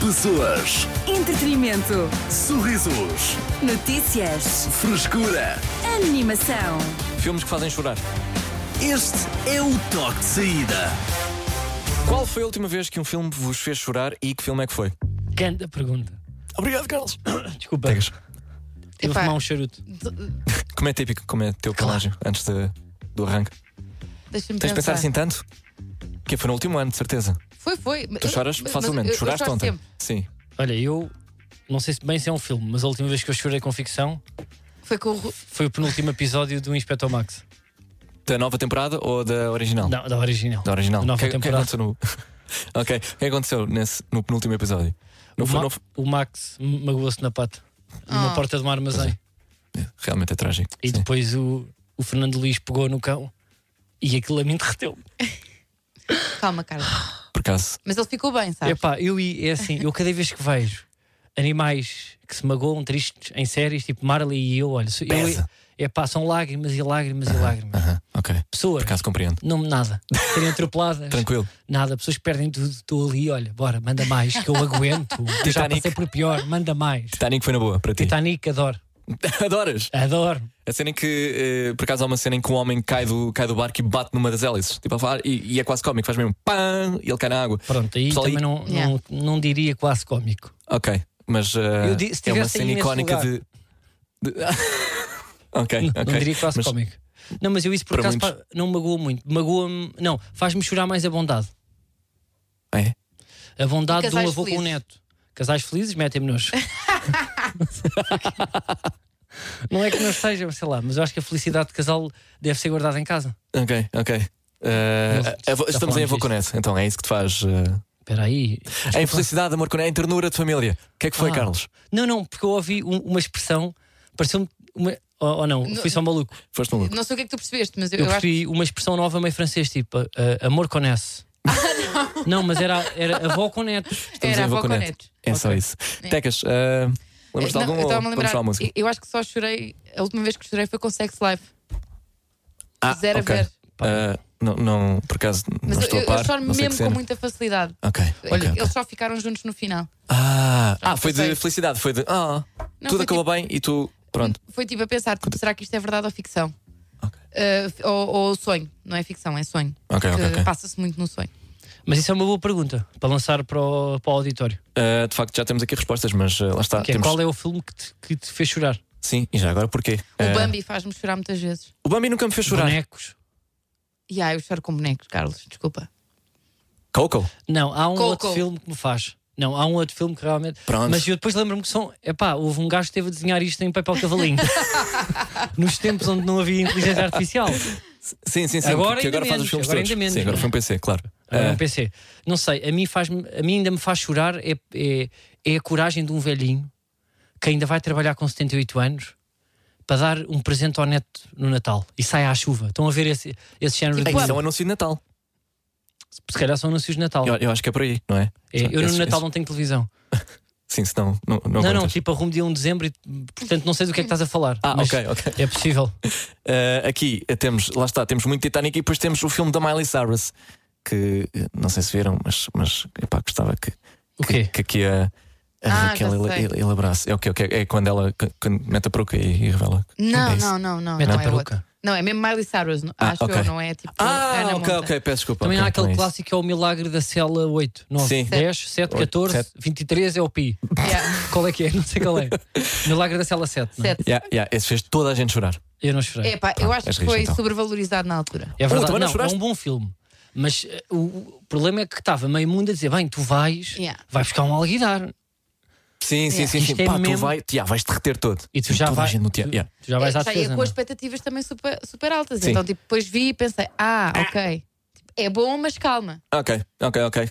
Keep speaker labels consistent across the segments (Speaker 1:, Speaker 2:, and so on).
Speaker 1: Pessoas,
Speaker 2: Entretenimento.
Speaker 1: sorrisos,
Speaker 2: Notícias.
Speaker 1: frescura.
Speaker 2: Animação.
Speaker 3: Filmes que fazem chorar.
Speaker 1: Este é o toque de saída.
Speaker 3: Qual foi a última vez que um filme vos fez chorar e que filme é que foi?
Speaker 4: Grande pergunta.
Speaker 3: Obrigado, Carlos.
Speaker 4: Desculpa,
Speaker 3: Pegas.
Speaker 4: tive a
Speaker 5: Epá.
Speaker 4: fumar um charuto.
Speaker 3: Como é típico, como é teu pelágio antes de- do arranque?
Speaker 5: Deixa-me
Speaker 3: Tens de
Speaker 5: pensar.
Speaker 3: pensar assim tanto? Que foi no último ano, de certeza.
Speaker 5: Foi, foi.
Speaker 3: Tu choras facilmente. Choraste ontem. Sim.
Speaker 4: Olha, eu não sei se bem se é um filme, mas a última vez que eu chorei com ficção
Speaker 5: Foi com o. Ru-
Speaker 4: foi o penúltimo episódio do Inspector Max.
Speaker 3: Da nova temporada ou da original?
Speaker 4: Não, da original.
Speaker 3: Da original.
Speaker 4: Da
Speaker 3: O
Speaker 4: nova
Speaker 3: que, o que
Speaker 4: temporada.
Speaker 3: aconteceu no... ok. O que aconteceu nesse, no penúltimo episódio? Não
Speaker 4: o,
Speaker 3: foi,
Speaker 4: Ma-
Speaker 3: não foi-
Speaker 4: o Max m- magoou-se na pata, numa
Speaker 5: Ah.
Speaker 4: porta de um armazém.
Speaker 3: Realmente é trágico.
Speaker 4: E
Speaker 3: Sim.
Speaker 4: depois o, o Fernando Luís pegou no cão e aquilo a mim derreteu.
Speaker 5: Calma, Carlos.
Speaker 3: Por acaso.
Speaker 5: Mas ele ficou bem, sabe?
Speaker 4: Epá, eu e é assim, eu cada vez que vejo animais que se magoam tristes em séries, tipo Marley e eu, olha, sou- eu,
Speaker 3: Pesa.
Speaker 4: epá, são lágrimas e lágrimas e lágrimas.
Speaker 3: Aham, Ok.
Speaker 4: Pessoas,
Speaker 3: Por acaso compreendo.
Speaker 4: não nada, serem atropeladas,
Speaker 3: Tranquilo.
Speaker 4: nada, pessoas que perdem tudo, estou ali, olha, bora, manda mais, que eu aguento, eu já
Speaker 3: Titanic.
Speaker 4: passei por pior, manda mais.
Speaker 3: Titanic foi na boa para ti.
Speaker 4: Titanic, adoro,
Speaker 3: Adoras?
Speaker 4: adoro.
Speaker 3: A cena em que, eh, por acaso, há uma cena em que um homem cai do, cai do barco e bate numa das hélices. Tipo, a falar, e, e é quase cómico, faz mesmo pam e ele cai na água.
Speaker 4: Pronto, aí
Speaker 3: Pessoal,
Speaker 4: também
Speaker 3: e-
Speaker 4: não,
Speaker 5: Yeah.
Speaker 4: não, não diria quase cómico.
Speaker 3: Ok, mas eh,
Speaker 4: Eu di- se
Speaker 3: é uma
Speaker 4: tivesse aí
Speaker 3: cena
Speaker 4: nesse
Speaker 3: icónica
Speaker 4: lugar.
Speaker 3: de. de- ok,
Speaker 4: Não,
Speaker 3: ok.
Speaker 4: não diria quase
Speaker 3: mas,
Speaker 4: cómico. Não, mas eu isso por
Speaker 3: Para
Speaker 4: acaso
Speaker 3: muitos.
Speaker 4: pá, não magoa muito. Magoa-me. Não, faz-me chorar mais a bondade.
Speaker 3: É.
Speaker 4: A bondade
Speaker 5: E
Speaker 4: de um
Speaker 5: casais
Speaker 4: avô com um
Speaker 5: felizes.
Speaker 4: neto. Casais felizes metem-me nojo. não é que não estejam, sei lá, mas eu acho que a felicidade de casal deve ser guardada em casa.
Speaker 3: Ok, ok. Eh, a-
Speaker 4: Não,
Speaker 3: a-
Speaker 4: já
Speaker 3: estamos em
Speaker 4: falámos
Speaker 3: Avô Conete, então é isso que te faz. eh,
Speaker 4: Espera aí.
Speaker 3: é em felicidade, amor Conete, é em ternura de família. O que é que foi,
Speaker 4: Ah.
Speaker 3: Carlos?
Speaker 4: Não, não, porque eu ouvi um- uma expressão, pareceu-me. Uma, ou, ou não,
Speaker 5: Não-
Speaker 4: fui só maluco.
Speaker 3: Foste maluco.
Speaker 5: Não sei o que é que tu percebeste, mas eu,
Speaker 4: Eu
Speaker 5: eu acho.
Speaker 4: percebi uma expressão nova meio francês, tipo ah, ah, amor com S. não. mas era, era avó com netos.
Speaker 3: Estamos
Speaker 5: Era
Speaker 3: em Avô
Speaker 5: avó com
Speaker 3: Conete.
Speaker 5: netos.
Speaker 3: É só isso. Tecas, eh, lembras de
Speaker 5: Não,
Speaker 3: algum?
Speaker 5: eu
Speaker 3: ou
Speaker 5: estava-me a
Speaker 3: vamos
Speaker 5: lembrar.
Speaker 3: só à música?
Speaker 5: eu- Eu acho que só chorei. A última vez que chorei foi com Sex Life.
Speaker 3: Ah,
Speaker 5: Zero a
Speaker 3: ok.
Speaker 5: ver.
Speaker 4: Pá.
Speaker 3: Ah, não, não, por acaso,
Speaker 5: Mas
Speaker 3: não
Speaker 5: eu,
Speaker 3: estou
Speaker 5: eu
Speaker 3: a par.
Speaker 5: choro
Speaker 3: não sei que
Speaker 5: mesmo
Speaker 3: cena.
Speaker 5: com muita facilidade.
Speaker 3: Ok,
Speaker 5: Olha,
Speaker 3: ok, ok.
Speaker 5: eles só ficaram juntos no final.
Speaker 3: Ah, ah, foi de
Speaker 5: sei.
Speaker 3: felicidade, foi de. Ah,
Speaker 5: Não,
Speaker 3: tudo
Speaker 5: foi tipo-
Speaker 3: acabou bem e tu. Pronto.
Speaker 5: Foi tipo a pensar: tipo, será que isto é verdade ou ficção?
Speaker 3: Ok.
Speaker 5: Eh, ou, ou sonho? Não é ficção, é sonho.
Speaker 3: Ok, ok,
Speaker 5: Porque
Speaker 3: ok.
Speaker 5: Passa-se muito no sonho.
Speaker 4: Mas isso é uma boa pergunta para lançar para o, para o auditório.
Speaker 3: Ah, de facto, já temos aqui respostas, mas ah, lá está.
Speaker 4: Que é,
Speaker 3: temos...
Speaker 4: Qual é o filme que te, que te fez chorar?
Speaker 3: Sim, e já agora porquê? Ah,
Speaker 5: O Bambi faz-me chorar muitas vezes.
Speaker 3: o Bambi nunca me fez chorar.
Speaker 4: Bonecos?
Speaker 5: E ah, eu choro com bonecos, Carlos, desculpa.
Speaker 3: Coco.
Speaker 4: Não, há um
Speaker 5: Coco.
Speaker 4: outro filme que me faz. Não, há um outro filme que realmente.
Speaker 3: Pronto.
Speaker 4: Mas eu depois lembro-me que são. Epá, houve um gajo que teve a desenhar isto em papel cavalinho. Nos tempos onde não havia inteligência artificial.
Speaker 3: Sim, sim, sim.
Speaker 4: Agora
Speaker 3: porque
Speaker 4: ainda
Speaker 3: agora faz os
Speaker 4: menos,
Speaker 3: filmes
Speaker 4: agora
Speaker 3: todos.
Speaker 4: ainda menos,
Speaker 3: sim, agora
Speaker 4: não é?
Speaker 3: foi um PC, claro.
Speaker 4: Agora é
Speaker 3: Ah,
Speaker 4: não pensei. Não sei, a mim, faz a mim ainda me faz chorar é, é, é a coragem de um velhinho que ainda vai trabalhar com 78 anos para dar um presente ao neto no Natal e sai à chuva. Estão a ver esse, esse género
Speaker 3: ei,
Speaker 4: de.
Speaker 3: isso é um anúncio de Natal.
Speaker 4: Se calhar são anúncios de Natal.
Speaker 3: Eu, eu acho que é por aí, não é?
Speaker 4: É, eu
Speaker 3: Esse-
Speaker 4: no Natal
Speaker 3: esse-
Speaker 4: não tenho televisão.
Speaker 3: Sim, senão. Não, não,
Speaker 4: Não, não,
Speaker 3: aguentas.
Speaker 4: tipo, arrumo dia 1 de dezembro e, portanto, não sei do que é que estás a falar.
Speaker 3: Ah,
Speaker 4: mas
Speaker 3: ok, ok.
Speaker 4: É possível.
Speaker 3: Uh, aqui uh, temos, lá está, temos muito Titanic e depois temos o filme da Miley Cyrus, que uh, não sei se viram, mas, mas epá, gostava que,
Speaker 4: O
Speaker 3: que,
Speaker 4: quê?
Speaker 3: que aqui a, a
Speaker 5: Ah,
Speaker 3: Raquel
Speaker 5: já
Speaker 3: ele-
Speaker 5: sei.
Speaker 3: ele- elaborasse. É o que é quando ela c- quando mete a peruca e, e revela.
Speaker 5: Não,
Speaker 3: É isso.
Speaker 5: não, não, não.
Speaker 4: Mete
Speaker 5: não
Speaker 4: a
Speaker 5: é
Speaker 4: peruca.
Speaker 5: outro. Não, é mesmo Miley Cyrus, não-
Speaker 3: Ah,
Speaker 5: acho
Speaker 3: ok.
Speaker 5: eu, não é? Tipo,
Speaker 3: Ah,
Speaker 5: Ana
Speaker 3: ok,
Speaker 5: Monta.
Speaker 3: ok, peço desculpa.
Speaker 4: Também
Speaker 3: ok,
Speaker 4: há aquele
Speaker 3: não é isso.
Speaker 4: clássico que é o milagre da cela 8, 9,
Speaker 3: Sim.
Speaker 4: 10, 7,
Speaker 3: Oito,
Speaker 4: 14,
Speaker 3: sete.
Speaker 4: 23 é o pi.
Speaker 5: Yeah.
Speaker 4: Qual é que é? Não sei qual é. Milagre da cela 7. Não? é?
Speaker 5: Sete.
Speaker 3: Yeah, yeah, esse fez toda a gente chorar.
Speaker 4: Eu não chorei.
Speaker 5: Epá, eu
Speaker 3: Pá,
Speaker 5: acho
Speaker 3: és
Speaker 5: que foi
Speaker 3: rijo, então.
Speaker 5: sobrevalorizado na altura.
Speaker 4: É verdade,
Speaker 3: também não
Speaker 4: não, é
Speaker 3: choraste?
Speaker 4: um bom filme. Mas eh, o, o problema é que estava meio mundo a dizer: bem, tu vais,
Speaker 5: Yeah.
Speaker 4: vais buscar um alguidar
Speaker 3: Sim, sim, sim,
Speaker 5: Yeah.
Speaker 3: sim.
Speaker 4: Isto é
Speaker 3: Pá, tu
Speaker 4: mesmo-
Speaker 3: vai, yeah, vais derreter todo.
Speaker 4: e tu já
Speaker 3: toda a
Speaker 4: vais.
Speaker 3: gente no
Speaker 4: Tu,
Speaker 3: teatro. Yeah.
Speaker 4: tu já vais à
Speaker 5: Eu já ia
Speaker 4: defesa.
Speaker 5: com
Speaker 4: não é?
Speaker 5: expectativas também super, super altas.
Speaker 3: Sim.
Speaker 5: Então, tipo, depois vi e pensei, ah, ok. Tipo, É bom, mas calma.
Speaker 3: Ok, ok, ok. Uh,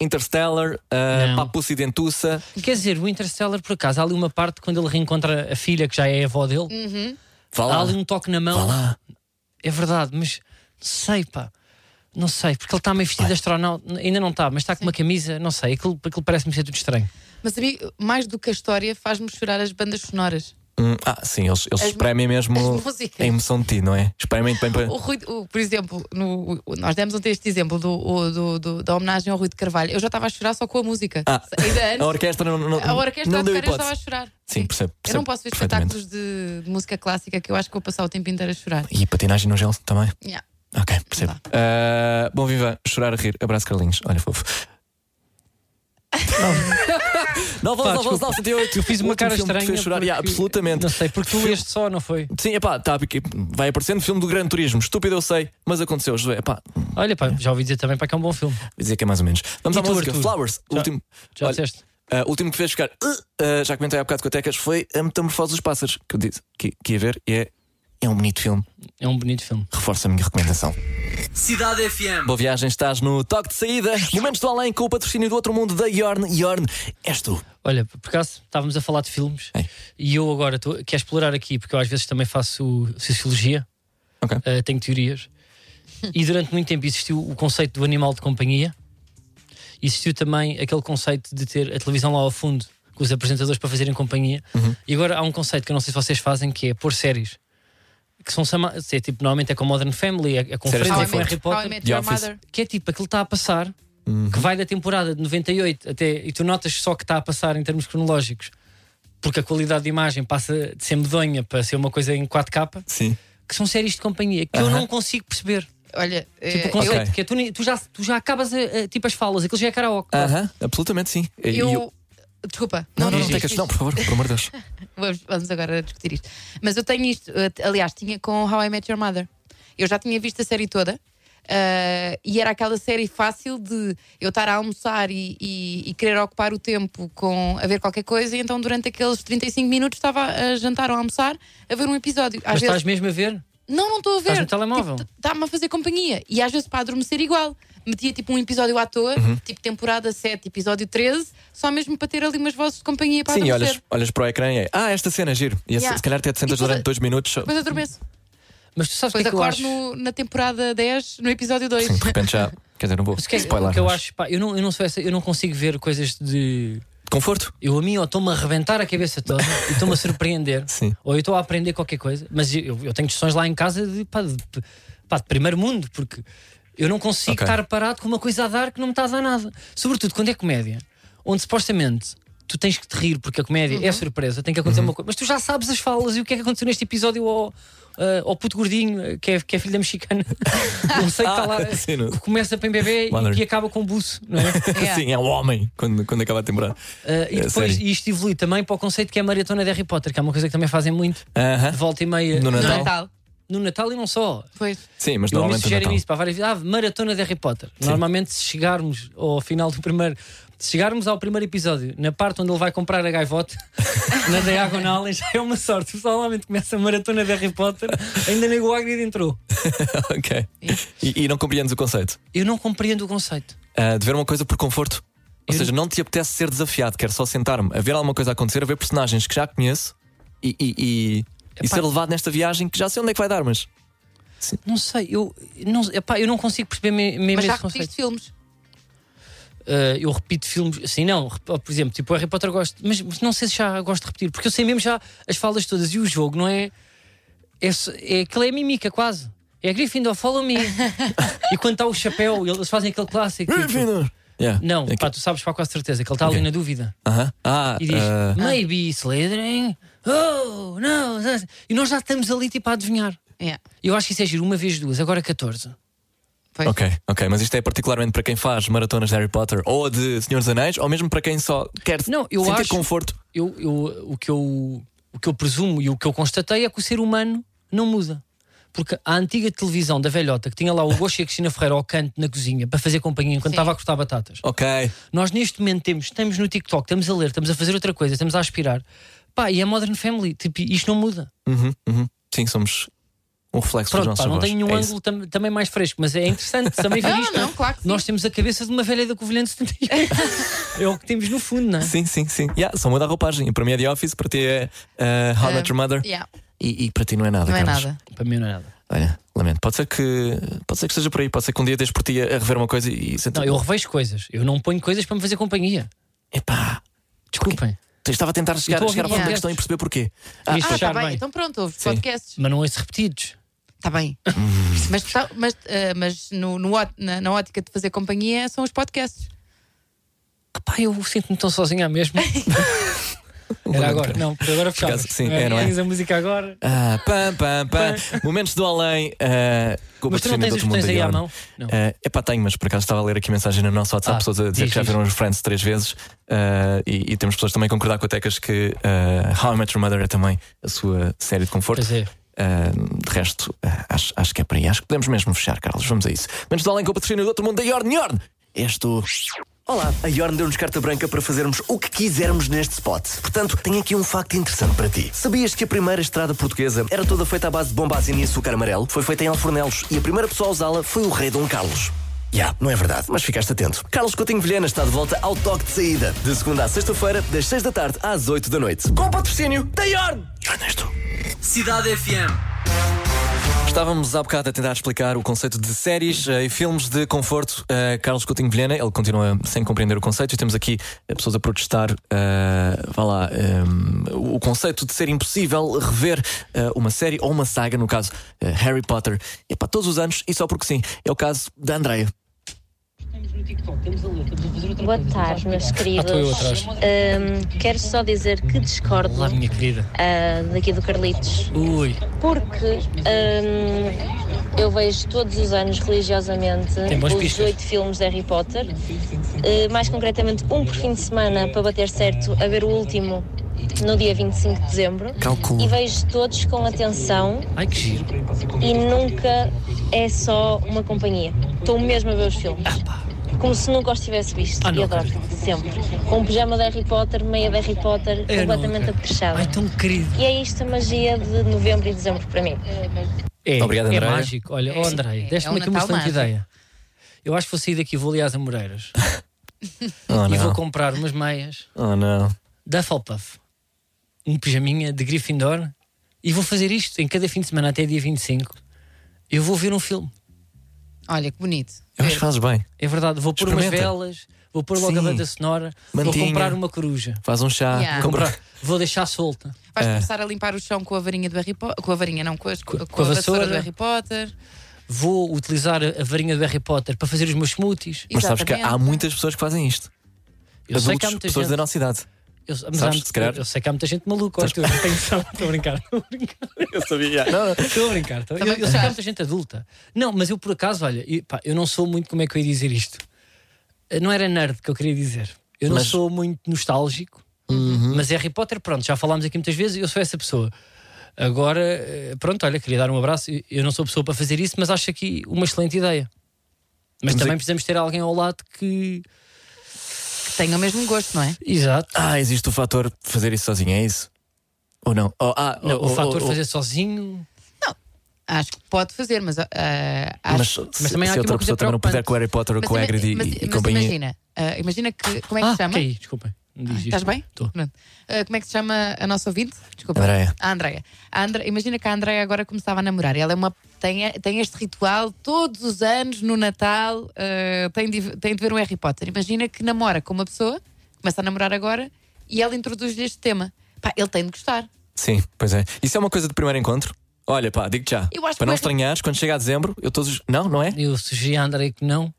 Speaker 3: Interstellar, uh,
Speaker 4: Não.
Speaker 3: Papuça e Dentuça.
Speaker 4: Quer dizer, o Interstellar, por acaso, há ali uma parte quando ele reencontra a filha, que já é a avó dele,
Speaker 5: Uhum.
Speaker 3: Vá
Speaker 4: há
Speaker 3: lá.
Speaker 4: ali um toque na
Speaker 3: Vá
Speaker 4: mão.
Speaker 3: lá.
Speaker 4: É verdade, mas não sei, pá. Não sei, porque ele está meio vestido de astronauta, ainda não está, mas está com uma camisa, não sei, aquilo, aquilo parece-me ser tudo estranho.
Speaker 5: Mas a mim, mais do que a história, faz-me chorar as bandas sonoras.
Speaker 3: Hum, ah, sim, eles, eles
Speaker 5: As mu-
Speaker 3: espremem mesmo
Speaker 5: as músicas.
Speaker 3: a emoção de ti, não é? Espremem bem para.
Speaker 5: O Rui- o- por exemplo, no- o- nós demos ontem este exemplo do, o- do- do- da homenagem ao Rui de Carvalho. Eu já estava a chorar só com a música.
Speaker 3: Ah,
Speaker 5: Ainda
Speaker 3: a
Speaker 5: antes,
Speaker 3: orquestra não, não,
Speaker 5: a orquestra
Speaker 3: não
Speaker 5: a
Speaker 3: deu
Speaker 5: tocar, eu estava a
Speaker 3: hipótese.
Speaker 5: chorar.
Speaker 3: Sim, percebo.
Speaker 5: Eu
Speaker 3: percebo
Speaker 5: não posso ver
Speaker 3: perfeitamente.
Speaker 5: espetáculos de, de música clássica que eu acho que vou passar o tempo inteiro a chorar.
Speaker 3: E patinagem no gel também.
Speaker 5: Yeah.
Speaker 3: Ok, percebo.
Speaker 5: Não
Speaker 3: Ah, bom, viva, chorar a rir. Abraço, Carlinhos. Olha, fofo. Não,
Speaker 4: Pá,
Speaker 3: vamos, não, vamos,
Speaker 4: desculpa.
Speaker 3: não, 78.
Speaker 4: Eu fiz
Speaker 3: O
Speaker 4: uma
Speaker 3: último
Speaker 4: cara
Speaker 3: filme que te
Speaker 4: estranha.
Speaker 3: fez chorar. Yeah,
Speaker 4: porque-
Speaker 3: absolutamente.
Speaker 4: Não sei, porque tu
Speaker 3: Filme-
Speaker 4: este só, não foi?
Speaker 3: Sim, epá, tá, porque vai aparecendo filme do Grande Turismo. Estúpido, eu sei, mas aconteceu, José. Epá, vou
Speaker 4: Olha, pá, já ouvi dizer também para que é um bom filme.
Speaker 3: dizer que é mais ou menos. Vamos
Speaker 4: E
Speaker 3: à
Speaker 4: tu,
Speaker 3: música.
Speaker 4: Arthur?
Speaker 3: Flowers, o
Speaker 4: Já-
Speaker 3: último.
Speaker 4: Já
Speaker 3: Olha,
Speaker 4: disseste?
Speaker 3: ah, o último que fez ficar. "Ah", ah, já comentei há bocado com a Tecas foi A Metamorfose dos Pássaros, que eu disse que, que ia ver, e é, é um bonito filme.
Speaker 4: É um bonito filme.
Speaker 3: Reforço a minha recomendação.
Speaker 1: Cidade FM.
Speaker 3: Boa viagem, estás no Toque de Saída. Momentos do Além com o patrocínio do outro mundo da Yorn. Yorn, és tu.
Speaker 4: Olha, por acaso estávamos a falar de filmes
Speaker 3: Ei.
Speaker 4: e eu agora estou- quero explorar aqui, porque eu às vezes também faço sociologia,
Speaker 3: Ok.
Speaker 4: eh, tenho teorias, e durante muito tempo existiu o conceito do animal de companhia, existiu também aquele conceito de ter a televisão lá ao fundo com os apresentadores para fazerem companhia,
Speaker 3: Uhum.
Speaker 4: e agora há um conceito que eu não sei se vocês fazem que é pôr séries. Que são chama- é, tipo, normalmente é com Modern Family, é, é com
Speaker 3: Séries
Speaker 4: Friends,
Speaker 3: de
Speaker 5: How,
Speaker 4: é
Speaker 5: I
Speaker 4: com Harry
Speaker 5: met, How I
Speaker 4: Potter
Speaker 5: Met
Speaker 3: The
Speaker 5: Your
Speaker 3: Office.
Speaker 5: Mother.
Speaker 4: que é tipo aquilo que está a passar,
Speaker 3: Uhum.
Speaker 4: que vai da temporada de 98 até. e tu notas só que está a passar em termos cronológicos, porque a qualidade de imagem passa de ser medonha para ser uma coisa em 4K,
Speaker 3: Sim.
Speaker 4: que são séries de companhia que eu não consigo perceber.
Speaker 5: Olha,
Speaker 4: Tipo, o
Speaker 5: eh,
Speaker 4: conceito
Speaker 3: Ok.
Speaker 4: que é tu, nem- tu já, tu já acabas a, a- tipo as falas, aquilo já é karaoke.
Speaker 3: Aham, absolutamente sim. E- e
Speaker 5: eu,
Speaker 3: o-
Speaker 5: eu- Desculpa.
Speaker 3: Não, não, não,
Speaker 5: diz
Speaker 3: Tecas,
Speaker 5: isto.
Speaker 3: não, por favor, por amor de Deus.
Speaker 5: Vamos, vamos agora discutir isto. Mas eu tenho isto, eh, aliás, tinha com How I Met Your Mother. Eu já tinha visto a série toda ah, e era aquela série fácil de eu estar a almoçar e, e- e querer ocupar o tempo com a ver qualquer coisa, e então durante aqueles 35 minutos estava a jantar ou a almoçar a ver um episódio. Às
Speaker 4: Mas
Speaker 5: vezes-
Speaker 4: estás mesmo a ver?
Speaker 5: não, não estou a ver.
Speaker 4: Estás no telemóvel?
Speaker 5: Tipo, Está-me a fazer companhia. E às vezes para adormecer igual. Metia tipo um episódio à toa,
Speaker 4: Uhum.
Speaker 5: tipo temporada 7, episódio 13, só mesmo para ter ali umas vozes de companhia para
Speaker 3: Sim,
Speaker 5: adormecer.
Speaker 3: olhas, olhas para o ecrã e é. Ah, esta cena, giro. E
Speaker 5: Yeah.
Speaker 3: se calhar até te sentas
Speaker 5: E depois-
Speaker 3: durante dois minutos. só-
Speaker 5: Depois adormeço.
Speaker 4: Mas tu sabes o que
Speaker 5: Depois
Speaker 4: é que eu
Speaker 5: acordo
Speaker 4: acho?
Speaker 5: no- na temporada 10, no episódio 2.
Speaker 3: Sim, de repente já. Quer dizer, não vou.
Speaker 4: Mas o que é que-
Speaker 3: spoiler.
Speaker 4: o que eu
Speaker 3: mas-
Speaker 4: acho? pá, eu, não, eu, não sou essa- eu não consigo ver coisas de.
Speaker 3: Conforto?
Speaker 4: Eu a mim ou estou-me a arrebentar a cabeça toda e estou-me a surpreender,
Speaker 3: Sim.
Speaker 4: ou eu estou a aprender qualquer coisa, mas eu, eu tenho discussões lá em casa de, pá, de- pá, de primeiro mundo, porque eu não consigo
Speaker 3: Ok.
Speaker 4: estar parado com uma coisa a dar que não me está a dar nada. Sobretudo quando é comédia, onde supostamente tu tens que te rir, porque a comédia é surpresa, tem que acontecer
Speaker 3: Uhum.
Speaker 4: uma coisa, mas tu já sabes as falas e o que é que aconteceu neste episódio ao, ah, ao puto gordinho, ah, que é, que é filho da mexicana, não sei que está lá,
Speaker 3: Ah, sim, não-
Speaker 4: que começa para bebê
Speaker 3: Mother.
Speaker 4: e, e acaba com buço, não é?
Speaker 5: Yeah.
Speaker 3: Sim, é o homem quando, quando acaba a temporada.
Speaker 4: Uh, e
Speaker 3: É,
Speaker 4: depois
Speaker 3: sério.
Speaker 4: isto evolui também para o conceito que é a maratona de Harry Potter, que é uma coisa que também fazem muito,
Speaker 3: Aham.
Speaker 4: de volta e meia
Speaker 3: No
Speaker 4: não é?
Speaker 5: No
Speaker 3: Natal.
Speaker 5: Natal.
Speaker 4: No Natal e não só.
Speaker 5: Pois.
Speaker 3: Sim, mas
Speaker 4: Eu me
Speaker 3: normalmente. é
Speaker 4: sugerem
Speaker 3: Natal.
Speaker 4: isso para várias vezes. Ah, maratona de Harry Potter. Normalmente, se chegarmos ao final do primeiro. Se chegarmos ao primeiro episódio, na parte onde ele vai comprar a gaivota, na diagonal, já é uma sorte. O pessoal normalmente começa a maratona de Harry Potter, ainda nem o Hagrid entrou.
Speaker 3: ok. E, e não compreendes o conceito.
Speaker 4: Eu não compreendo o conceito.
Speaker 3: Ah, de ver uma coisa por conforto. Ou
Speaker 4: Eu-
Speaker 3: seja, não te apetece ser desafiado, quero só sentar-me a ver alguma coisa acontecer, a ver personagens que já conheço e, e, e- e
Speaker 4: Epá.
Speaker 3: ser levado nesta viagem que já sei onde é que vai dar, mas.
Speaker 4: Não sei, eu não, epá, eu não consigo perceber me- mesmo
Speaker 5: Mas já
Speaker 4: esse conceito.
Speaker 5: repetiste filmes.
Speaker 4: Uh, eu repito filmes, assim não, rep- por exemplo, tipo Harry Potter eu gosto, mas, mas não sei se já gosto de repetir, porque eu sei mesmo já as falas todas e o jogo não é. É, só- é aquilo é mímica quase. É Gryffindor, follow me. e quando está o chapéu, eles fazem aquele clássico. tipo,
Speaker 3: Yeah.
Speaker 4: não,
Speaker 3: É que-
Speaker 4: pá, tu sabes para quase certeza que ele está
Speaker 3: Ok.
Speaker 4: ali na dúvida
Speaker 3: Aham. Ah,
Speaker 4: e diz
Speaker 3: ah,
Speaker 4: maybe Slytherin. Oh, não. E nós já estamos ali tipo a adivinhar.
Speaker 5: Yeah.
Speaker 4: Eu acho que isso é giro, uma vez duas, agora 14.
Speaker 5: Pois.
Speaker 3: Ok, ok, mas isto é particularmente para quem faz maratonas de Harry Potter ou de Senhor dos Anéis, ou mesmo para quem só quer
Speaker 4: Não, eu
Speaker 3: sentir
Speaker 4: acho-
Speaker 3: conforto.
Speaker 4: eu, eu- o, que eu, o que eu presumo e o que eu constatei é que o ser humano não muda. Porque a antiga televisão da velhota que tinha lá o Gosto e a Cristina Ferreira ao canto na cozinha para fazer companhia enquanto
Speaker 5: Sim.
Speaker 4: estava a cortar batatas.
Speaker 3: Ok,
Speaker 4: Nós neste momento temos, estamos no TikTok, estamos a ler, estamos a fazer outra coisa, estamos a aspirar. Pá, e a Modern Family, tipo, isto não muda.
Speaker 3: Uhum, uhum. sim, somos um reflexo dos
Speaker 4: Pronto,
Speaker 3: nossos
Speaker 4: pá, não
Speaker 3: avós.
Speaker 4: tem nenhum
Speaker 3: É isso.
Speaker 4: ângulo tam- também mais fresco, mas é interessante também ver
Speaker 5: Não,
Speaker 4: isto.
Speaker 5: Ah, não, claro que sim.
Speaker 4: Nós temos a cabeça de uma velha da Covilhã de 71. É o que temos no fundo, não é?
Speaker 3: Sim, sim, sim. Yeah, só muda a roupagem. Para mim é The Office, para ti é uh, How I Met Your Mother.
Speaker 5: Yeah.
Speaker 3: E, e para ti não é nada,
Speaker 5: Não é
Speaker 3: Carlos.
Speaker 5: nada.
Speaker 4: Para mim não é nada.
Speaker 3: Olha, lamento. Pode ser que pode ser que esteja por aí, pode ser que um dia deixes por ti a a rever uma coisa e
Speaker 4: Não, eu revejo coisas. Eu não ponho coisas para me fazer companhia.
Speaker 3: Epá,
Speaker 4: Desculpem.
Speaker 3: Estava a tentar chegar,
Speaker 4: estou a
Speaker 3: chegar ao fundo da
Speaker 4: ouvir
Speaker 5: podcasts.
Speaker 3: questão e perceber porquê.
Speaker 4: Ah,
Speaker 5: Ah, está bem. Então pronto, ouve
Speaker 3: Sim.
Speaker 5: podcasts.
Speaker 4: Mas não ouço repetidos.
Speaker 5: Está bem.
Speaker 4: Uhum.
Speaker 5: mas tá- mas, eh, mas no, no ó- na, na ótica de fazer companhia são os podcasts.
Speaker 4: Epá, eu sinto-me tão sozinha mesmo. Era agora. Não, por agora fechamos.
Speaker 3: Por acaso, sim, é, não é?
Speaker 4: Tens a música agora.
Speaker 3: Ah, pam, pam, pam. Momentos do além. ah, com o
Speaker 4: Mas tu
Speaker 3: patrocínio
Speaker 4: não tens
Speaker 3: do
Speaker 4: os
Speaker 3: Outro Mundo
Speaker 4: botões aí
Speaker 3: da
Speaker 4: à
Speaker 3: Yorn.
Speaker 4: mão? Não.
Speaker 3: É epá, tenho, mas por acaso estava a ler aqui mensagem no nosso WhatsApp,
Speaker 4: Ah,
Speaker 3: pessoas a dizer
Speaker 4: diz,
Speaker 3: que já
Speaker 4: diz.
Speaker 3: viram os Friends três vezes eh, e, e temos pessoas também a concordar com a Tecas que eh, How I Met Your Mother é também a sua série de conforto.
Speaker 4: Pois é.
Speaker 3: Eh, de resto, eh, acho, acho que é para aí. Acho que podemos mesmo fechar, Carlos. Vamos a isso. Menos do além com o patrocínio do outro mundo da Yorn Yorn. És tu.
Speaker 1: Olá, a Yorn deu-nos carta branca para fazermos o que quisermos neste spot. Portanto, tenho aqui um facto interessante para ti. Sabias que a primeira estrada portuguesa era toda feita à base de bombazina e açúcar amarelo? Foi feita em Alfornelos e a primeira pessoa a usá-la foi o rei Dom Carlos. Já, não é verdade, mas ficaste atento. Carlos Coutinho Vilhena está de volta ao toque de saída, de segunda à sexta-feira, das seis da tarde às oito da noite. Com o patrocínio da Yorn! Yorn és tu.
Speaker 2: Cidade FM.
Speaker 3: Estávamos há bocado a tentar explicar o conceito de séries eh, e filmes de conforto. Eh, Carlos Coutinho Vilhena, ele continua sem compreender o conceito e temos aqui eh, pessoas a protestar eh, vá lá, eh, o conceito de ser impossível rever eh, uma série ou uma saga, no caso eh, Harry Potter. É para todos os anos e só porque sim. É o caso da Andreia.
Speaker 6: Boa tarde, meus
Speaker 4: Ah, estou eu
Speaker 6: queridos.
Speaker 4: atrás.
Speaker 6: Ahm, quero só dizer que discordo
Speaker 4: Olá, minha querida.
Speaker 6: ah, daqui do Carlitos,
Speaker 4: Ui,
Speaker 6: porque ahm, eu vejo todos os anos religiosamente
Speaker 4: Tem boas
Speaker 6: os
Speaker 4: pistas.
Speaker 6: oito filmes de Harry Potter, ah, mais concretamente um por fim de semana para bater certo, a ver o último no dia 25 de dezembro.
Speaker 3: Calculo.
Speaker 6: E vejo todos com atenção
Speaker 4: ai que giro.
Speaker 5: Tá
Speaker 6: e nunca é só uma companhia. Estou mesmo a ver os filmes. Como se nunca os tivesse visto.
Speaker 4: Ah, não
Speaker 6: e adoro, sempre. Com um pijama de Harry Potter, meia de Harry Potter,
Speaker 4: Eu
Speaker 6: completamente
Speaker 4: nunca.
Speaker 6: apetrechada.
Speaker 4: Ai, tão querido.
Speaker 6: E é isto a magia de novembro e dezembro para mim.
Speaker 4: É,
Speaker 3: Obrigado,
Speaker 4: é
Speaker 3: Andreia.
Speaker 4: mágico. Olha, oh, Andrei,
Speaker 5: é
Speaker 4: deste-me
Speaker 5: um
Speaker 4: aqui uma
Speaker 5: Natal
Speaker 4: excelente
Speaker 5: mágico.
Speaker 4: ideia. Eu acho que vou sair daqui e vou ali às Amoreiras
Speaker 3: Oh,
Speaker 4: e vou
Speaker 3: não.
Speaker 4: comprar umas meias
Speaker 3: Oh, não.
Speaker 4: da Hufflepuff, um pijaminha de Gryffindor e vou fazer isto em cada fim de semana até dia 25. Eu vou ver um filme.
Speaker 5: Olha que bonito.
Speaker 3: Eu acho que fazes bem.
Speaker 4: É verdade, vou pôr umas
Speaker 3: Experimenta.
Speaker 4: velas, vou pôr logo a
Speaker 3: Sim.
Speaker 4: banda sonora, vou
Speaker 3: Mantinha.
Speaker 4: comprar uma coruja,
Speaker 3: Faz um chá.
Speaker 5: Yeah.
Speaker 3: Compra-
Speaker 4: comprar- vou deixar solta.
Speaker 3: É.
Speaker 5: Vais começar a limpar o chão com a varinha do Harry Potter. Com a varinha, não, com, as- com,
Speaker 4: com a
Speaker 5: a vassoura.
Speaker 4: vassoura.
Speaker 5: do Harry Potter.
Speaker 4: Vou utilizar a a varinha do Harry Potter para fazer os meus smoothies.
Speaker 3: Mas sabes que
Speaker 5: Exatamente.
Speaker 3: há muitas pessoas que fazem isto.
Speaker 4: Eu sei que há
Speaker 3: Adultos,
Speaker 4: muita
Speaker 3: pessoas
Speaker 4: gente.
Speaker 3: da nossa idade.
Speaker 4: Eu, mas há
Speaker 3: Sabes,
Speaker 4: muito-
Speaker 3: se calhar-
Speaker 4: eu sei que há muita gente maluca, Arthur, não tenho noção. Estou a brincar. Estou a brincar.
Speaker 3: Não, não.
Speaker 4: Estou a brincar. Estou- Eu,
Speaker 5: Também
Speaker 4: eu sei que há
Speaker 5: gostaste.
Speaker 4: muita gente adulta. Não, mas eu por acaso, olha, e, pá, eu não sou muito, como é que eu ia dizer isto? Eh, Não era nerd que eu queria dizer. Eu não
Speaker 3: Mas-
Speaker 4: sou muito nostálgico, mas Harry Potter, pronto, já falámos aqui muitas vezes, eu sou essa pessoa. Agora, eh, pronto, olha, queria dar um abraço. Eu- Eu não sou pessoa para fazer isso, mas acho aqui uma excelente ideia. Mas
Speaker 3: Vamos
Speaker 4: também
Speaker 3: a-
Speaker 4: precisamos ter alguém ao lado que.
Speaker 5: Que tem o mesmo gosto, não é?
Speaker 4: Exato.
Speaker 3: Ah, existe o fator fazer isso sozinho, é isso? Ou não? Ou- ah,
Speaker 4: Não,
Speaker 3: ou-
Speaker 4: o
Speaker 3: ou-
Speaker 4: fator
Speaker 3: ou-
Speaker 4: fazer sozinho.
Speaker 5: Acho que pode fazer, mas ah, acho
Speaker 3: Mas, se,
Speaker 4: mas também há
Speaker 3: se
Speaker 4: aqui
Speaker 3: outra
Speaker 4: uma coisa
Speaker 3: pessoa também não puder
Speaker 4: preocupante.
Speaker 3: com o Harry Potter ou
Speaker 5: Mas
Speaker 3: com o
Speaker 5: ima-
Speaker 3: Hagrid e,
Speaker 5: mas-
Speaker 3: e
Speaker 5: mas
Speaker 3: companhia.
Speaker 5: imagina, ah, imagina que. Como é que
Speaker 4: ah,
Speaker 5: se chama?
Speaker 4: caí, desculpem. Diz isto.
Speaker 5: Estás bem?
Speaker 4: Estou.
Speaker 5: Pronto. Ah, como é que se chama a nossa ouvinte? Desculpa.
Speaker 3: Andreia.
Speaker 5: A Andreia. A Andre- Imagina que a Andreia agora começava a namorar. Ela é uma... tem, tem este ritual todos os anos no Natal, ah, tem, de, tem de ver um Harry Potter. Imagina que namora com uma pessoa, começa a namorar agora e ela introduz-lhe este tema. Pá, ele tem de gostar.
Speaker 3: Sim, pois é. Isso é uma coisa de primeiro encontro? Olha, pá, digo já.
Speaker 5: Eu acho
Speaker 3: Para não
Speaker 5: que-
Speaker 3: estranhares, quando chega a dezembro, eu todos. os- Não, não é?
Speaker 4: Eu sugeri a Andrei que não.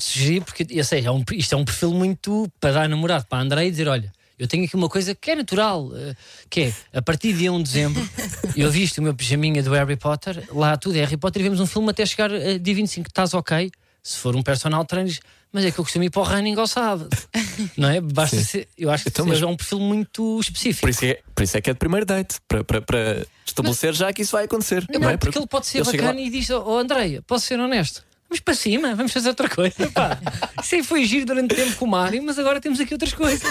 Speaker 4: Sugeri porque, eu sei, é um- isto é um perfil muito para dar namorado para a Andrei dizer: olha, eu tenho aqui uma coisa que é natural, eh, que é a partir de 1 de dezembro, eu visto o meu pijaminha do Harry Potter, lá tudo é Harry Potter e vemos um filme até chegar a dia 25. Estás ok? Se for um personal trainer, mas é que eu costumo ir para o running ao sábado, não é? Basta ser, eu acho que
Speaker 3: Então, mas-
Speaker 4: é um perfil muito específico.
Speaker 3: Por isso é, por isso é que é de primeiro date. Para, para- para estabelecer já que isso vai acontecer.
Speaker 4: Eu
Speaker 3: não
Speaker 4: não,
Speaker 3: é?
Speaker 4: porque ele pode ser
Speaker 3: ele chega
Speaker 4: bacana e diz: Oh, Andreia, posso ser honesto? Vamos para cima, vamos fazer outra coisa. Pá. Isso aí foi giro durante tempo com o Mário, mas agora temos aqui outras coisas.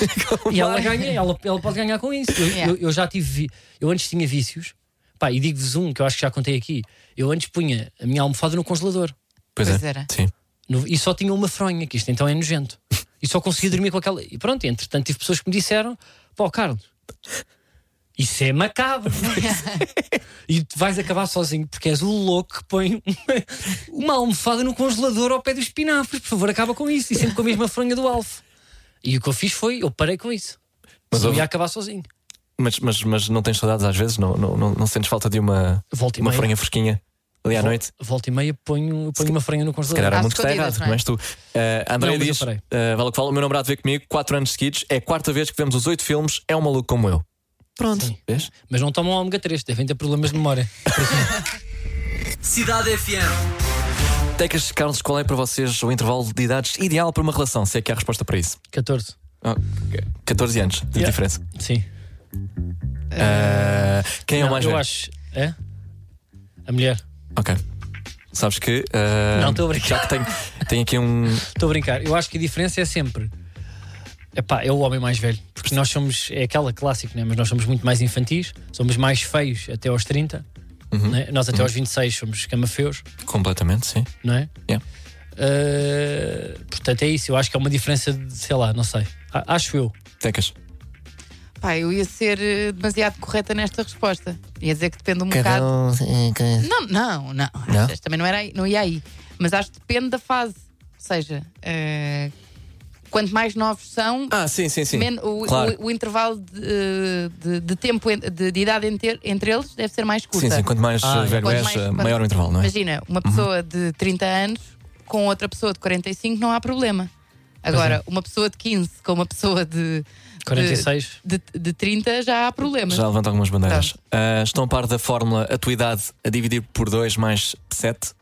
Speaker 4: e ela ganha, ela, ela pode ganhar com isso. Eu,
Speaker 5: Yeah.
Speaker 4: eu- eu já tive, vi- eu antes tinha vícios, pá, e digo-vos um que eu acho que já contei aqui. Eu antes punha a minha almofada no congelador
Speaker 3: Pois,
Speaker 5: Pois
Speaker 3: é.
Speaker 5: era.
Speaker 3: Sim.
Speaker 4: No- e só tinha uma fronha, que isto então é nojento. E só conseguia dormir com aquela. E pronto, entretanto, tive pessoas que me disseram: Pá, ó, Carlos, isso é macabro. e tu vais acabar sozinho, porque és o louco que põe uma, uma almofada no congelador ao pé dos espinafres. Por favor, acaba com isso. E sempre com a mesma fronha do alvo. E o que eu fiz foi: eu parei com isso.
Speaker 3: Mas
Speaker 4: Mas eu
Speaker 3: houve-
Speaker 4: ia acabar sozinho.
Speaker 3: Mas, mas, mas não tens saudades às vezes? Não, não, não, não sentes falta de uma,
Speaker 4: Volta e
Speaker 3: uma
Speaker 4: meia.
Speaker 3: franha fresquinha ali É à
Speaker 4: Vol-
Speaker 3: noite?
Speaker 4: Volta e meia ponho, ponho uma franha no
Speaker 3: Se
Speaker 4: congelador.
Speaker 3: calhar há
Speaker 5: Às
Speaker 3: muito que está errado,
Speaker 5: escondidas, não é?
Speaker 3: mas tu. eh, André
Speaker 4: Não, mas eu
Speaker 3: diz:
Speaker 4: parei.
Speaker 3: eh, Vale o que fala, o meu namorado veio comigo, 4 anos seguidos, é a quarta vez que vemos os 8 filmes, é um maluco como eu. Pronto.
Speaker 4: Sim.
Speaker 3: Vês?
Speaker 4: Mas não tomam ômega 3, devem ter problemas de memória.
Speaker 7: Cidade FM.
Speaker 3: Tecas, Carlos, qual é para vocês o intervalo de idades ideal para uma relação? Se é que há resposta para isso?
Speaker 4: 14.
Speaker 3: Ah, 14 anos de
Speaker 4: Yeah.
Speaker 3: diferença.
Speaker 4: Sim.
Speaker 3: Eh, quem é o
Speaker 4: Não,
Speaker 3: mais
Speaker 4: eu
Speaker 3: velho?
Speaker 4: acho. É? A mulher.
Speaker 3: Ok. Sabes que. eh,
Speaker 4: Não, estou a brincar.
Speaker 3: Já que tenho, tenho aqui um.
Speaker 4: Estou a brincar. Eu acho que a diferença é sempre. Epá, é o homem mais velho. Porque nós somos. É aquela clássica, né? mas nós somos muito mais infantis, somos mais feios até aos 30.
Speaker 3: Uhum.
Speaker 4: né? Nós até aos 26 somos camafeus,
Speaker 3: Completamente, sim.
Speaker 4: não é?
Speaker 3: Yeah.
Speaker 4: Uh, portanto, é isso. Eu acho que é uma diferença de, sei lá, não sei. A- acho eu.
Speaker 3: Tecas.
Speaker 5: Pá, eu ia ser eh, demasiado correta nesta resposta. Ia dizer que depende um bocado.
Speaker 3: um.
Speaker 5: Não, não, não.
Speaker 3: Não?
Speaker 5: Achas? Também não, era aí, não ia aí. Mas acho que depende da fase. Ou seja, eh, quanto mais novos são,
Speaker 3: Ah, sim, sim, sim.
Speaker 5: men- o,
Speaker 3: claro.
Speaker 5: o- o intervalo de, eh, de- de tempo, en- de, de idade entre, entre eles, deve ser mais curta.
Speaker 3: Sim, sim, quanto mais
Speaker 4: Ah,
Speaker 3: eh, velho
Speaker 5: Quanto
Speaker 3: és,
Speaker 5: mais-
Speaker 3: eh,
Speaker 5: quanto-
Speaker 3: maior o intervalo, não é?
Speaker 5: Imagina, uma pessoa de 30 anos com outra pessoa de 45 não há problema. Agora,
Speaker 3: é.
Speaker 5: uma pessoa de 15 com uma pessoa de,
Speaker 4: 46.
Speaker 5: de, de 30 já há problemas.
Speaker 3: Já levanta algumas bandeiras.
Speaker 5: Tá.
Speaker 3: Ah, estão a par da fórmula a tua idade a dividir por 2 mais 7?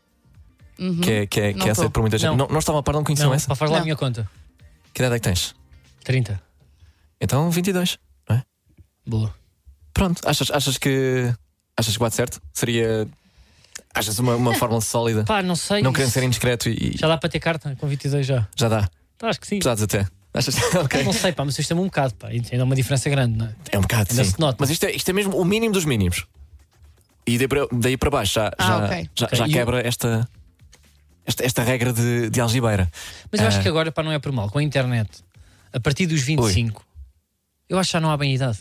Speaker 3: Que é, que é,
Speaker 5: Uhum.
Speaker 3: que é
Speaker 5: Não estou.
Speaker 3: aceito por muita gente.
Speaker 4: Não.
Speaker 3: Não, não estavam a par, não conheciam
Speaker 4: Não,
Speaker 3: essa?
Speaker 4: pá, faz lá a
Speaker 5: Não.
Speaker 4: minha conta.
Speaker 3: Que idade é que tens?
Speaker 4: 30.
Speaker 3: Então 22, não é?
Speaker 4: Boa.
Speaker 3: Pronto, achas, achas que. Achas que bate certo? Seria. Achas uma, uma fórmula sólida?
Speaker 4: Pá, não
Speaker 5: é
Speaker 4: sei.
Speaker 3: Não querendo ser indiscreto e. e-
Speaker 4: Já dá para ter carta com 22 já.
Speaker 3: Já dá.
Speaker 4: Tá, acho que sim.
Speaker 3: Pesados até. Achas? ok.
Speaker 4: Não sei, pá, mas assusta-me um bocado, pá. Ainda há uma diferença grande, não é?
Speaker 3: É um bocado,
Speaker 4: Ainda
Speaker 3: sim.
Speaker 4: se nota.
Speaker 3: Mas isto é, isto é mesmo o mínimo dos mínimos. E daí para, daí para baixo já,
Speaker 5: Ah,
Speaker 3: já,
Speaker 5: ok.
Speaker 3: já,
Speaker 4: Ok,
Speaker 3: já
Speaker 4: e-
Speaker 3: quebra esta, esta, esta regra de, de algibeira.
Speaker 4: Mas eu
Speaker 3: Ah.
Speaker 4: acho que agora, pá, não é por mal. Com a internet, a partir dos 25, eu acho que já não há bem idade.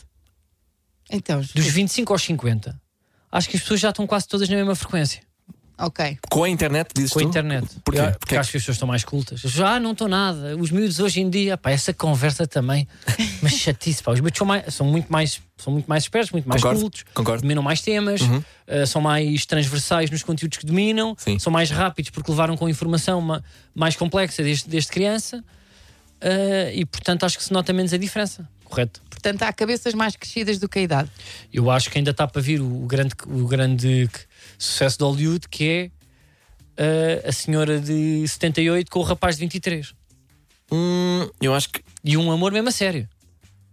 Speaker 5: Então,
Speaker 4: Dos 25 aos 50, acho que as pessoas já estão quase todas na mesma frequência.
Speaker 5: ok.
Speaker 3: Com a internet, dizes
Speaker 4: Com a
Speaker 3: tu?
Speaker 4: internet.
Speaker 3: Porquê? Porquê?
Speaker 4: Eu-
Speaker 3: é
Speaker 4: Porque acho que as pessoas estão mais cultas. As pessoas, Ah, não estou nada. Os miúdos hoje em dia, pá, essa conversa também. Mas chatice, pá. Os miúdos são, mais- são muito mais, são muito mais espertos, muito mais
Speaker 3: Concordo,
Speaker 4: cultos.
Speaker 3: concordo. Uhum.
Speaker 4: Dominam mais temas, eh, são mais transversais nos conteúdos que dominam,
Speaker 3: Sim.
Speaker 4: são mais rápidos porque levaram com informação ma- mais complexa desde, desde criança. Eh, e portanto acho que se nota menos a diferença, correto?
Speaker 5: Portanto, há cabeças mais crescidas do que a idade.
Speaker 4: Eu acho que ainda está para vir o, o grande, o grande que- sucesso de Hollywood, que é uh, a senhora de 78 com o rapaz de 23.
Speaker 3: Hum, eu acho que.
Speaker 4: E um amor mesmo a sério.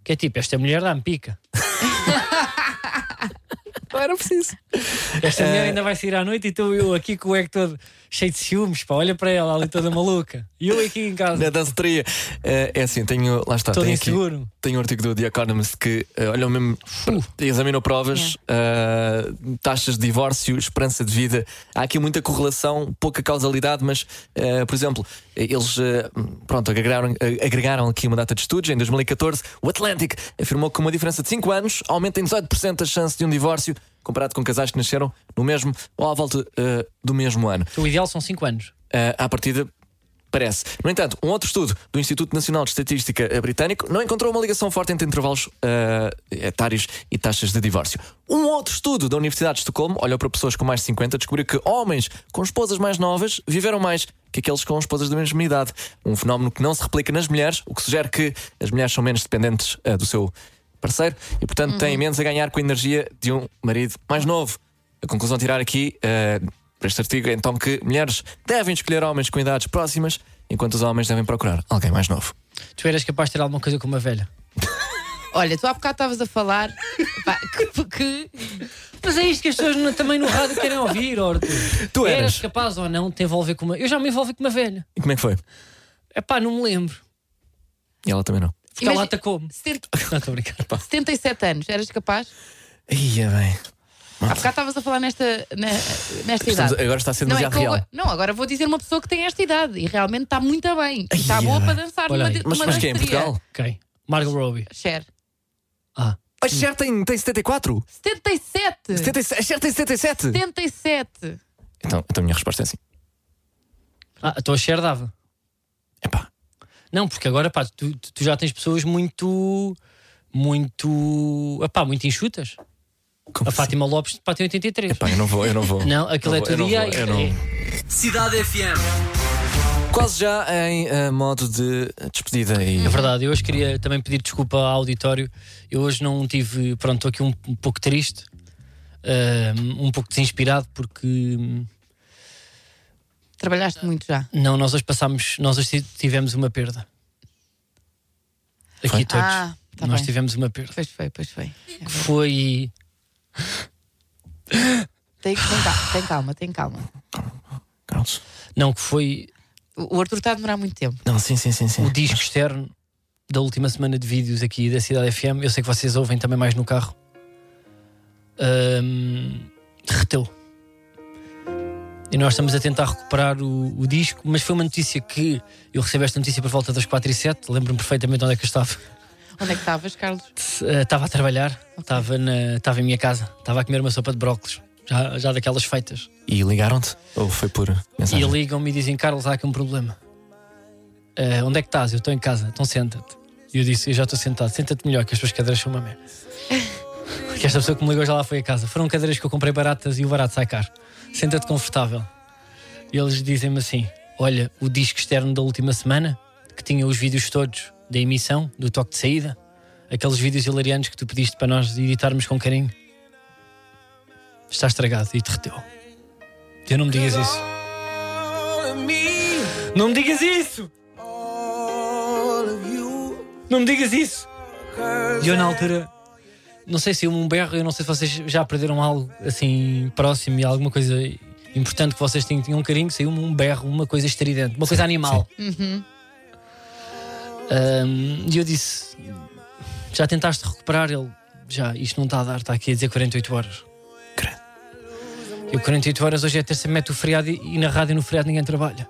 Speaker 4: Que é tipo, esta mulher dá-me pica.
Speaker 3: Não era preciso. Eh,
Speaker 4: Esta mulher ainda vai sair à noite e estou eu aqui com o ego todo cheio de ciúmes, pá, olha para ela ali toda maluca. E eu aqui em
Speaker 3: Na
Speaker 4: casa,
Speaker 3: danceteria. Eh, é assim, tenho. Lá está,
Speaker 4: todo
Speaker 3: tenho aqui.
Speaker 4: inseguro.
Speaker 3: Tem um artigo do The Economist que eh, olham mesmo,
Speaker 4: Uh.
Speaker 3: examinou provas, eh, taxas de divórcio, esperança de vida. Há aqui muita correlação, pouca causalidade, mas, eh, por exemplo, eh, eles eh, pronto, agregaram, eh, agregaram aqui uma data de estudos. Em 2014, o Atlantic afirmou que uma diferença de 5 anos aumenta em 18% a chance de um divórcio, comparado com casais que nasceram no mesmo ou à volta eh, do mesmo ano.
Speaker 4: O ideal são 5 anos.
Speaker 3: Ah, à partida. Parece. No entanto, um outro estudo do Instituto Nacional de Estatística eh, Britânico não encontrou uma ligação forte entre intervalos ah, etários e taxas de divórcio. Um outro estudo da Universidade de Estocolmo olhou para pessoas com mais de 50 e descobriu que homens com esposas mais novas viveram mais que aqueles com esposas da mesma idade. Um fenómeno que não se replica nas mulheres, o que sugere que as mulheres são menos dependentes ah, do seu parceiro e, portanto, têm menos a ganhar com a energia de um marido mais novo. A conclusão a tirar aqui eh, para este artigo é então que mulheres devem escolher homens com idades próximas, enquanto os homens devem procurar alguém mais novo.
Speaker 4: Tu eras capaz de ter alguma coisa com uma velha.
Speaker 5: Olha, tu há bocado estavas a falar pá, que, que-
Speaker 4: Mas é isto que as pessoas no- também no rádio querem ouvir, Horto.
Speaker 3: Tu eras.
Speaker 4: Eras capaz ou não de te envolver com uma. Eu já me envolvi com uma velha.
Speaker 3: E como é que foi?
Speaker 4: É pá, não me lembro.
Speaker 3: E ela também não.
Speaker 4: Porque
Speaker 5: Imagina-
Speaker 4: ela atacou-me.
Speaker 5: seten-
Speaker 4: Não, estou a brincar.
Speaker 5: 77 anos, eras capaz?
Speaker 3: Ia bem.
Speaker 5: Há bocado estavas a falar nesta, na- nesta
Speaker 3: Ah. Estamos-
Speaker 5: idade.
Speaker 3: agora está a ser
Speaker 5: Não, é
Speaker 3: demasiado
Speaker 5: que eu-
Speaker 3: real.
Speaker 5: não, agora vou dizer uma pessoa que tem esta idade e realmente está muito bem. E está
Speaker 3: Ai,
Speaker 5: boa
Speaker 3: é.
Speaker 5: para dançar
Speaker 4: Olha
Speaker 5: numa,
Speaker 4: aí.
Speaker 5: di-
Speaker 3: Mas,
Speaker 5: numa
Speaker 3: mas quem? Em
Speaker 5: danceteria.
Speaker 3: Portugal?
Speaker 4: Ok. Margot Robbie.
Speaker 5: Cher.
Speaker 4: Ah.
Speaker 3: A Cher tem, tem 74?
Speaker 5: 77!
Speaker 3: 77 a Cher tem 77?
Speaker 5: 77!
Speaker 3: Então, então a minha resposta é assim.
Speaker 4: Ah, então a Cher dava.
Speaker 3: Epá.
Speaker 4: Não, porque agora, pá, tu, tu já tens pessoas muito. muito, epá, muito enxutas.
Speaker 3: Como
Speaker 4: A
Speaker 3: assim?
Speaker 4: Fátima Lopes pá, tem 83.
Speaker 3: Pá, eu não vou, eu não vou.
Speaker 4: Não, aquilo
Speaker 3: Eu
Speaker 4: é
Speaker 3: vou- eu não
Speaker 4: teoria.
Speaker 3: vou, eu não-
Speaker 7: Cidade FM.
Speaker 3: Quase já em eh, modo de despedida e.
Speaker 4: É verdade, eu hoje queria também pedir desculpa ao auditório. Eu hoje não tive. Pronto, estou aqui um, um pouco triste, ah, um pouco desinspirado, porque. hum,
Speaker 5: Trabalhaste muito já.
Speaker 4: Não, nós hoje passámos. Nós hoje tivemos uma perda. Aqui todos.
Speaker 5: Ah, tá
Speaker 4: nós
Speaker 5: bem.
Speaker 4: tivemos uma perda.
Speaker 5: Pois foi, pois foi.
Speaker 4: Que foi.
Speaker 5: Tem, tem calma, tem calma, tem calma.
Speaker 3: Carlos.
Speaker 4: Não, que foi
Speaker 5: O o Arthur está a demorar muito tempo.
Speaker 3: Não, sim, sim, sim, sim.
Speaker 5: Hum.
Speaker 4: o disco externo da última semana de vídeos aqui da Cidade FM. Eu sei que vocês ouvem também mais no carro. Ahm, derreteu. E nós estamos a tentar recuperar o, o disco, mas foi uma notícia que eu recebi esta notícia por volta das 4 e 7. Lembro-me perfeitamente onde é que eu estava.
Speaker 5: Onde é que estavas, Carlos?
Speaker 4: Eh, Estava a trabalhar, estava na- estava em minha casa, estava a comer uma sopa de brócolis, já, já daquelas feitas.
Speaker 3: E ligaram-te? Ou foi por
Speaker 4: E
Speaker 3: mensagem?
Speaker 4: ligam-me e dizem: Carlos, há aqui um problema. Eh, onde é que estás? Eu estou em casa, então senta-te. E eu disse: Eu já estou sentado, senta-te melhor, que as tuas cadeiras são uma merda. Porque esta pessoa que me ligou já lá foi a casa. Foram cadeiras que eu comprei baratas e o barato sai caro. Senta-te confortável. E eles dizem-me assim: Olha, o disco externo da última semana, que tinha os vídeos todos da emissão, do toque de saída, aqueles vídeos hilariantes que tu pediste para nós editarmos com carinho, está estragado e derreteu. Eu não me digas isso. Não me digas isso! Não me digas isso! E eu na altura. Não sei se eu um berro, eu não sei se vocês já perderam algo assim próximo e alguma coisa importante que vocês tinham, tinham um carinho, saiu-me um berro, uma coisa estridente, uma coisa animal. Ahm, E eu disse: Já tentaste recuperar? Ele, já, isto não está a dar, está aqui a dizer 48 horas. E o 48 horas hoje é terça, mete o feriado e, e na rádio no feriado ninguém trabalha.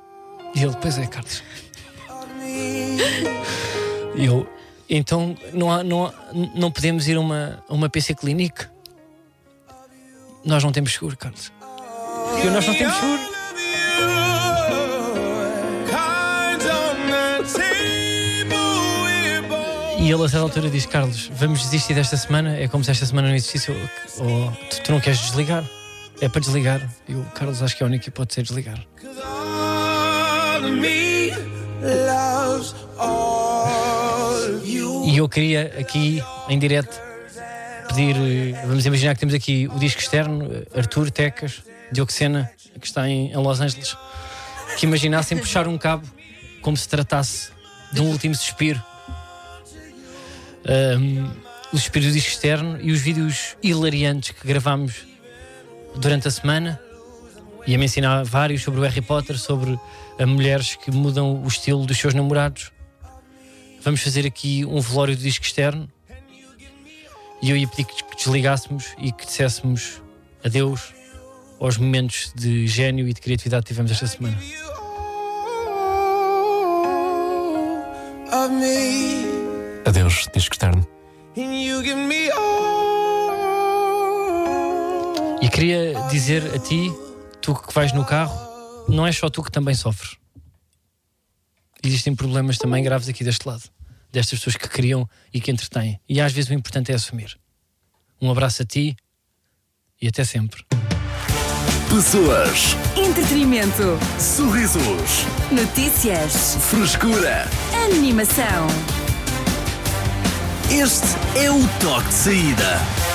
Speaker 4: E ele, pois é, Carlos. E eu, então não, há- não, há- não podemos ir a uma, a uma PC Clinic? Nós não temos seguro, Carlos. E eu, nós não temos seguro. E ele a certa altura diz, Carlos, vamos desistir desta semana? É como se esta semana não existisse. Ou, ou tu, tu não queres desligar? É para desligar. E o Carlos acho que é a única que pode ser desligar. E eu queria aqui, em direto, pedir. eh, Vamos imaginar que temos aqui o disco externo, eh, Arthur Tecas, Diogo Sena, que está em, em Los Angeles, que imaginassem puxar um cabo como se tratasse de um último suspiro. Ahm, o suspiro do disco externo e os vídeos hilariantes que gravámos durante a semana. Ia-me ensinar vários sobre o Harry Potter, sobre a mulheres que mudam o estilo dos seus namorados. Vamos fazer aqui um velório do disco externo. E eu ia pedir que desligássemos e que disséssemos adeus aos momentos de gênio e de criatividade que tivemos esta semana.
Speaker 3: Adeus, disco externo.
Speaker 4: E queria dizer a ti, tu que vais no carro, não é só tu que também sofres. Existem problemas também graves aqui deste lado, destas pessoas que criam e que entretêm. E às vezes o importante é assumir. Um abraço a ti e até sempre.
Speaker 1: Pessoas,
Speaker 2: Entretenimento.
Speaker 1: sorrisos,
Speaker 2: Notícias.
Speaker 1: frescura.
Speaker 2: Animação.
Speaker 1: Este é o toque de saída.